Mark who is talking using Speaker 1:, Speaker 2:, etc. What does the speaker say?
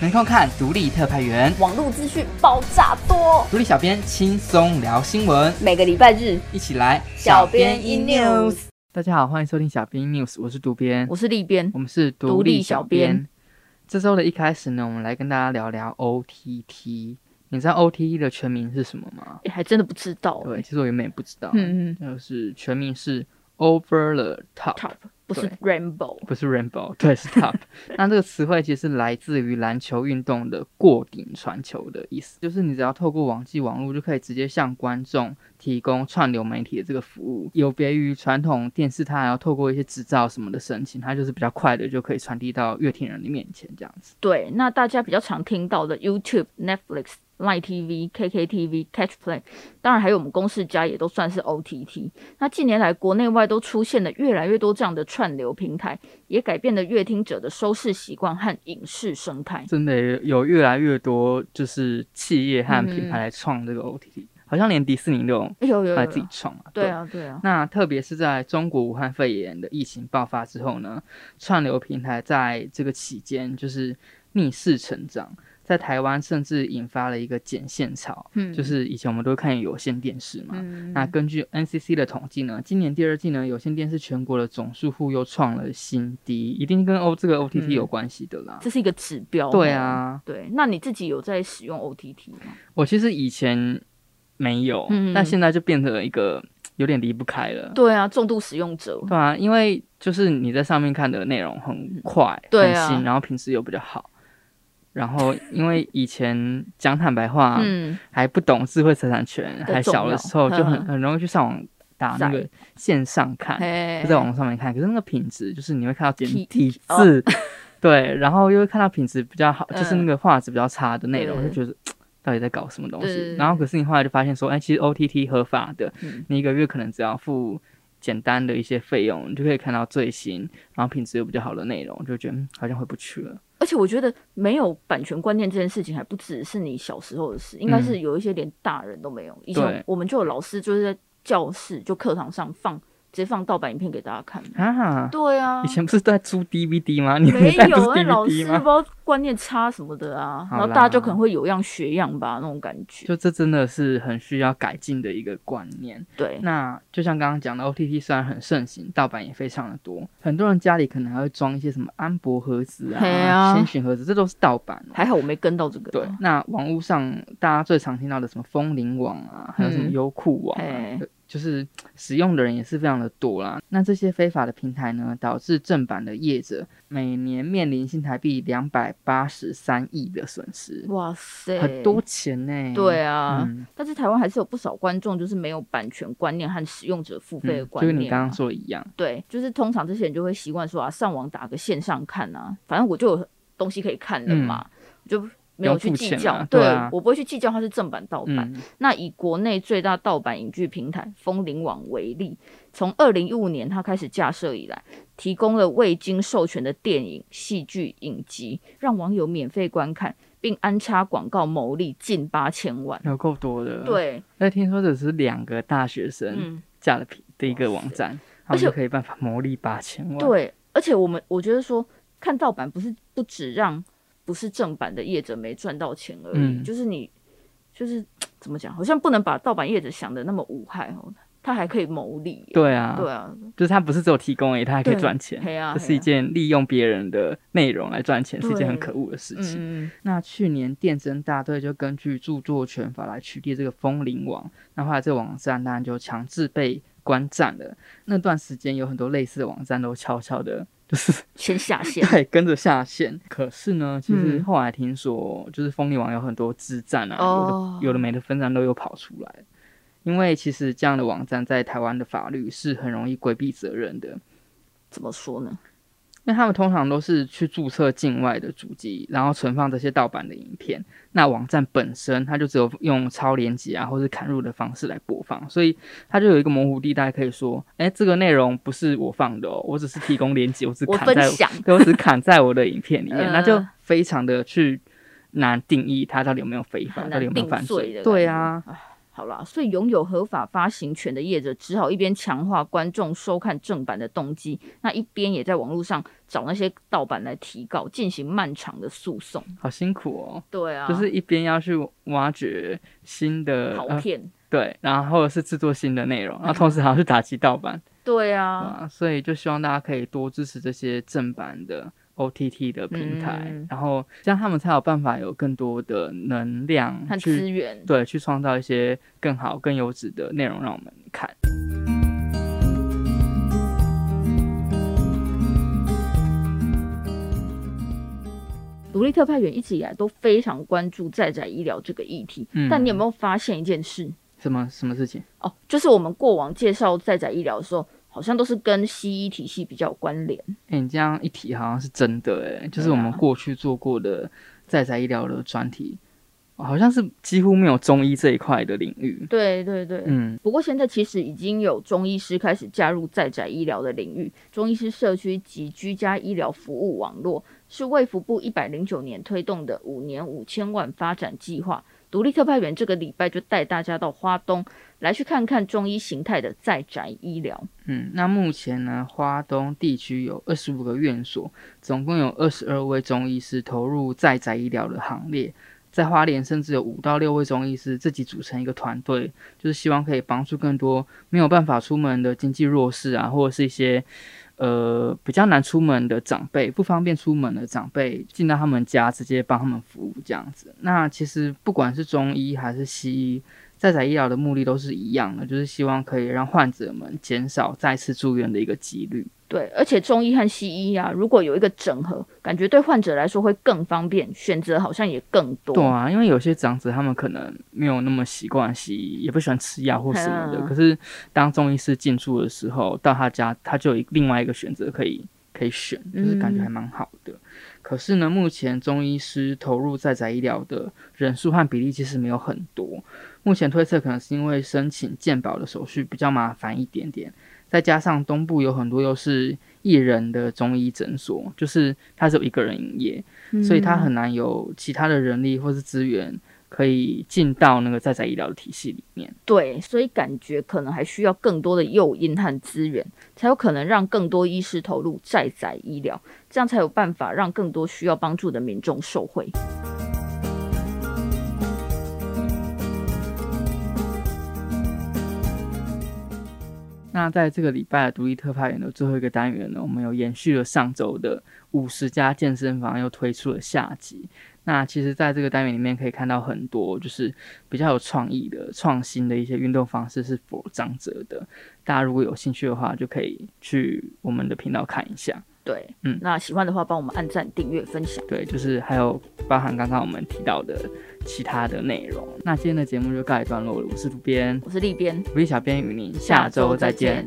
Speaker 1: 能够看独立特派员、
Speaker 2: 网络资讯爆炸多，
Speaker 1: 独立小编轻松聊新闻，
Speaker 2: 每个礼拜日，
Speaker 1: 一起来
Speaker 2: 小编 e news。
Speaker 1: 大家好，欢迎收听小编 news，我是独编，
Speaker 2: 我是立编
Speaker 1: 我，们是
Speaker 2: 独立小
Speaker 1: 小
Speaker 2: 编。
Speaker 1: 这周的一开始呢，我们来跟大家聊聊 OTT。你知道 OTT 的全名是什么吗？
Speaker 2: 诶还真的不知道。
Speaker 1: 对，其实我原本也不知道，
Speaker 2: 嗯嗯
Speaker 1: 就是全名是 Over the Top，
Speaker 2: ，Top 不是
Speaker 1: 对
Speaker 2: Rainbow，
Speaker 1: 不是 Rainbow，对，是 Top。那这个词汇其实是来自于篮球运动的过顶传球的意思，就是你只要透过网际网络就可以直接向观众提供串流媒体的这个服务，有别于传统电视它还要透过一些执照什么的申请，它就是比较快的就可以传递到乐听人的面前这样子。
Speaker 2: 对。那大家比较常听到的 YouTube、Netflix、Line TV、KKTV、Catch Play，当然还有我们公式家也都算是 OTT。那近年来国内外都出现了越来越多这样的串流平台，也改变了乐听者的收视习惯和影视生态。
Speaker 1: 真的有越来越多就是企业和品牌
Speaker 2: 嗯
Speaker 1: 来创这个 OTT，、好像连迪士尼都有
Speaker 2: 哎有有
Speaker 1: 来
Speaker 2: 有
Speaker 1: 自己
Speaker 2: 有，
Speaker 1: 创嘛。
Speaker 2: 对啊对啊，
Speaker 1: 那特别是在中国武汉肺炎的疫情爆发之后呢，串流平台在这个期间就是逆势成长，在台湾甚至引发了一个剪线潮，
Speaker 2: 嗯，
Speaker 1: 就是以前我们都会看有线电视嘛。
Speaker 2: 嗯，
Speaker 1: 那根据 NCC 的统计呢，今年第二季呢，有线电视全国的总数户又创了新低，一定跟 O 这个
Speaker 2: 嗯
Speaker 1: OTT 有关系的啦。
Speaker 2: 这是一个指标。
Speaker 1: 对。啊，
Speaker 2: 对，那你自己有在使用 OTT 吗？
Speaker 1: 我其实以前没有，
Speaker 2: 嗯
Speaker 1: 但现在就变成了一个有点离不开了。
Speaker 2: 对啊，重度使用者。
Speaker 1: 对啊，因为就是你在上面看的内容很快、
Speaker 2: 对啊
Speaker 1: 很新，然后品质又比较好。然后，因为以前讲坦白话、
Speaker 2: 嗯，
Speaker 1: 还不懂智慧财产权，
Speaker 2: 的
Speaker 1: 还小的时候，
Speaker 2: 重
Speaker 1: 就
Speaker 2: 要
Speaker 1: 很
Speaker 2: 嗯
Speaker 1: 很容易去上网打那个线上看，
Speaker 2: 嘿
Speaker 1: 就在网络上面看。可是那个品质，就是你会看到简
Speaker 2: 体
Speaker 1: 体
Speaker 2: 哎哦
Speaker 1: 字，对，然后又会看到品质比较好，就是
Speaker 2: 嗯
Speaker 1: 那个画质比较差的内容，
Speaker 2: 对
Speaker 1: 就觉得嘖到底在搞什么东
Speaker 2: 对对
Speaker 1: 西
Speaker 2: 对。
Speaker 1: 然后，可是你后来就发现说，哎，其实 OTT 合法的，
Speaker 2: 嗯
Speaker 1: 你一个月可能只要付简单的一些费用，你就可以看到最新，然后品质又比较好的内容，就觉得、嗯、好像回不去了。
Speaker 2: 而且我觉得没有版权观念这件事情，还不只是你小时候的事，应该是有一些连大人都没有。以前
Speaker 1: 嗯对
Speaker 2: 我们就有老师就是在教室就课堂上放直接放盗版影片给大家看。
Speaker 1: 啊，
Speaker 2: 对啊
Speaker 1: 以，前不是在租 DVD 吗？你
Speaker 2: 没
Speaker 1: 们在不是
Speaker 2: 有那啊老师
Speaker 1: DVD
Speaker 2: 不知
Speaker 1: 吗？
Speaker 2: 道观念差什么的啊，
Speaker 1: 好
Speaker 2: 然
Speaker 1: 啦
Speaker 2: 后大家就可能会有样学样吧，那种感觉。
Speaker 1: 就这真的是很需要改进的一个观念。
Speaker 2: 对，
Speaker 1: 那就像刚刚讲的，OTT 虽然很盛行，盗版也非常的多，很多人家里可能还会装一些什么安博盒子
Speaker 2: 嘿啊
Speaker 1: 啊、先选盒子，这都是盗版哦、
Speaker 2: 还好我没跟到这个。
Speaker 1: 对，那网络上大家最常听到的什么风铃网啊，还有什么
Speaker 2: 嗯
Speaker 1: 优酷网、啊
Speaker 2: 嘿，
Speaker 1: 就就是使用的人也是非常的多啦。那这些非法的平台呢，导致正版的业者每年面临新台币两百八十三亿的损失，
Speaker 2: 哇塞，
Speaker 1: 很多。钱呢、
Speaker 2: 对啊，
Speaker 1: 嗯，
Speaker 2: 但是台湾还是有不少观众就是没有版权观念和使用者付费的
Speaker 1: 嗯，就
Speaker 2: 观
Speaker 1: 跟
Speaker 2: 念、啊
Speaker 1: 你刚刚，说的一样，
Speaker 2: 对，就是通常这些人就会习惯说啊，上网打个线上看啊，反正我就有东西可以看了嘛，就没有去
Speaker 1: 嗯
Speaker 2: 计
Speaker 1: 不用付
Speaker 2: 较。
Speaker 1: 钱啊
Speaker 2: 对
Speaker 1: 对啊
Speaker 2: 我不会去计较它是正版盗版。
Speaker 1: 嗯，
Speaker 2: 那以国内最大盗版影剧平台风铃网为例，从二零一五年它开始架设以来，提供了未经授权的电影、戏剧、影集，让网友免费观看，并安插广告牟利近八千万。
Speaker 1: 有够多的。，
Speaker 2: 对，
Speaker 1: 那听说只是两个大学生
Speaker 2: 嗯，
Speaker 1: 架了的一个
Speaker 2: 哇
Speaker 1: 网
Speaker 2: 塞
Speaker 1: 站，他
Speaker 2: 而
Speaker 1: 们
Speaker 2: 且
Speaker 1: 就可以办法牟利八千万。
Speaker 2: 对，而且我们我觉得说看盗版不是不只让不是正版的业者没赚到钱而已，
Speaker 1: 嗯
Speaker 2: 就是你就是怎么讲，好像不能把盗版业者想的那么无害哦，他还可以牟利耶。
Speaker 1: 对啊，
Speaker 2: 对啊，
Speaker 1: 就是他不是只有提供而已，他还可以
Speaker 2: 对
Speaker 1: 赚钱。
Speaker 2: 嘿啊，
Speaker 1: 这是一
Speaker 2: 嘿
Speaker 1: 件利用别人的内容来赚钱，是一件很
Speaker 2: 对
Speaker 1: 可恶的事
Speaker 2: 啊
Speaker 1: 情。
Speaker 2: 嗯，嗯嗯
Speaker 1: 那去年电侦大队就根据著作权法来取缔这个风铃网，那后来这个网站当然就强制被关站了。那段时间有很多类似的网站都悄悄的，就是
Speaker 2: 先下线。
Speaker 1: 对跟着下线。可是呢，其实
Speaker 2: 嗯
Speaker 1: 后来听说，就是风铃网有很多支站啊，
Speaker 2: 哦
Speaker 1: 有的有的没的分站都有跑出来。因为其实这样的网站在台湾的法律是很容易规避责任的，
Speaker 2: 怎么说呢？
Speaker 1: 那他们通常都是去注册境外的主机，然后存放这些盗版的影片。那网站本身它就只有用超连接啊，或是砍入的方式来播放，所以它就有一个模糊地带，可以说，哎，这个内容不是我放的哦，我只是提供连接，我只
Speaker 2: 我
Speaker 1: 砍
Speaker 2: 分
Speaker 1: 在，
Speaker 2: 享，
Speaker 1: 对，我只砍在我的影片里面，
Speaker 2: 呃
Speaker 1: 那就非常的去难定义它到底有没有非法，
Speaker 2: 很
Speaker 1: 到
Speaker 2: 难
Speaker 1: 底有没有
Speaker 2: 定
Speaker 1: 犯
Speaker 2: 罪的。
Speaker 1: 对啊，，
Speaker 2: 好啦，所以拥有合法发行权的业者只好一边强化观众收看正版的动机，那一边也在网络上找那些盗版来提告，进行漫长的诉讼。
Speaker 1: 好辛苦哦。
Speaker 2: 对啊，
Speaker 1: 就是一边要去挖掘新的
Speaker 2: 好
Speaker 1: 呃
Speaker 2: 骗。
Speaker 1: 对，然后或者是制作新的内容，然后同时
Speaker 2: 嗯
Speaker 1: 还要去打击盗版，
Speaker 2: 对啊，
Speaker 1: 啊，所以就希望大家可以多支持这些正版的 OTT 的平台，
Speaker 2: 嗯
Speaker 1: 然后这样他们才有办法有更多的能量
Speaker 2: 看资
Speaker 1: 去
Speaker 2: 源。
Speaker 1: 对去创造一些更好、更优质的内容让我们看。
Speaker 2: 独立特派员一直以来都非常关注在宅医疗这个议题，
Speaker 1: 嗯
Speaker 2: 但你有没有发现一件事？
Speaker 1: 什么什么事情？
Speaker 2: 哦，就是我们过往介绍在宅医疗的时候，好像都是跟西医体系比较有关联。
Speaker 1: 哎、你这样一提好像是真的哎、就是
Speaker 2: 对
Speaker 1: 我们
Speaker 2: 啊
Speaker 1: 过去做过的在宅医疗的专题，好像是几乎没有中医这一块的领域。
Speaker 2: 对对对，
Speaker 1: 嗯
Speaker 2: 不过现在其实已经有中医师开始加入在宅医疗的领域，中医师社区及居家医疗服务网络是卫福部一百零九年推动的五年五千万发展计划。独立特派员这个礼拜就带大家到花东来去看看中医形态的在宅医疗。
Speaker 1: 嗯，那目前呢，花东地区有二十五个院所，总共有二十二位中医师投入在宅医疗的行列。在花莲，甚至有五到六位中医师自己组成一个团队，就是希望可以帮助更多没有办法出门的经济弱势啊，或者是一些呃比较难出门的长辈、不方便出门的长辈，进到他们家直接帮他们服务这样子。那其实不管是中医还是西医，在宅医疗的目的都是一样的，就是希望可以让患者们减少再次住院的一个几率。
Speaker 2: 对，而且中医和西医啊，如果有一个整合，感觉对患者来说会更方便，选择好像也更多。
Speaker 1: 对啊，因为有些长者他们可能没有那么习惯西医，也不喜欢吃药或什么的。
Speaker 2: 嗯
Speaker 1: 可是当中医师进驻的时候，到他家他就有另外一个选择可以可以选，就是感觉还蛮好的。可是呢，目前中医师投入在宅医疗的人数和比例其实没有很多。目前推测可能是因为申请健保的手续比较麻烦一点点，再加上东部有很多又是一人的中医诊所，就是他只有一个人营业，所以他很难有其他的人力或是资源可以进到那个在宅医疗的体系里面。
Speaker 2: 对，所以感觉可能还需要更多的诱因和资源，才有可能让更多医师投入在宅医疗，这样才有办法让更多需要帮助的民众受惠。
Speaker 1: 那在这个礼拜的独立特派员的最后一个单元呢，我们有延续了上周的五十家健身房，又推出了下集。那其实，在这个单元里面可以看到很多就是比较有创意的、创新的一些运动方式是否长者的。大家如果有兴趣的话，就可以去我们的频道看一下。
Speaker 2: 对，
Speaker 1: 嗯
Speaker 2: 那喜欢的话帮我们按赞、订阅、分享。
Speaker 1: 对，就是还有包含刚刚我们提到的其他的内容。那今天的节目就告一段落了，我是主编
Speaker 2: 我是立边，
Speaker 1: 独立小编与您下周再见。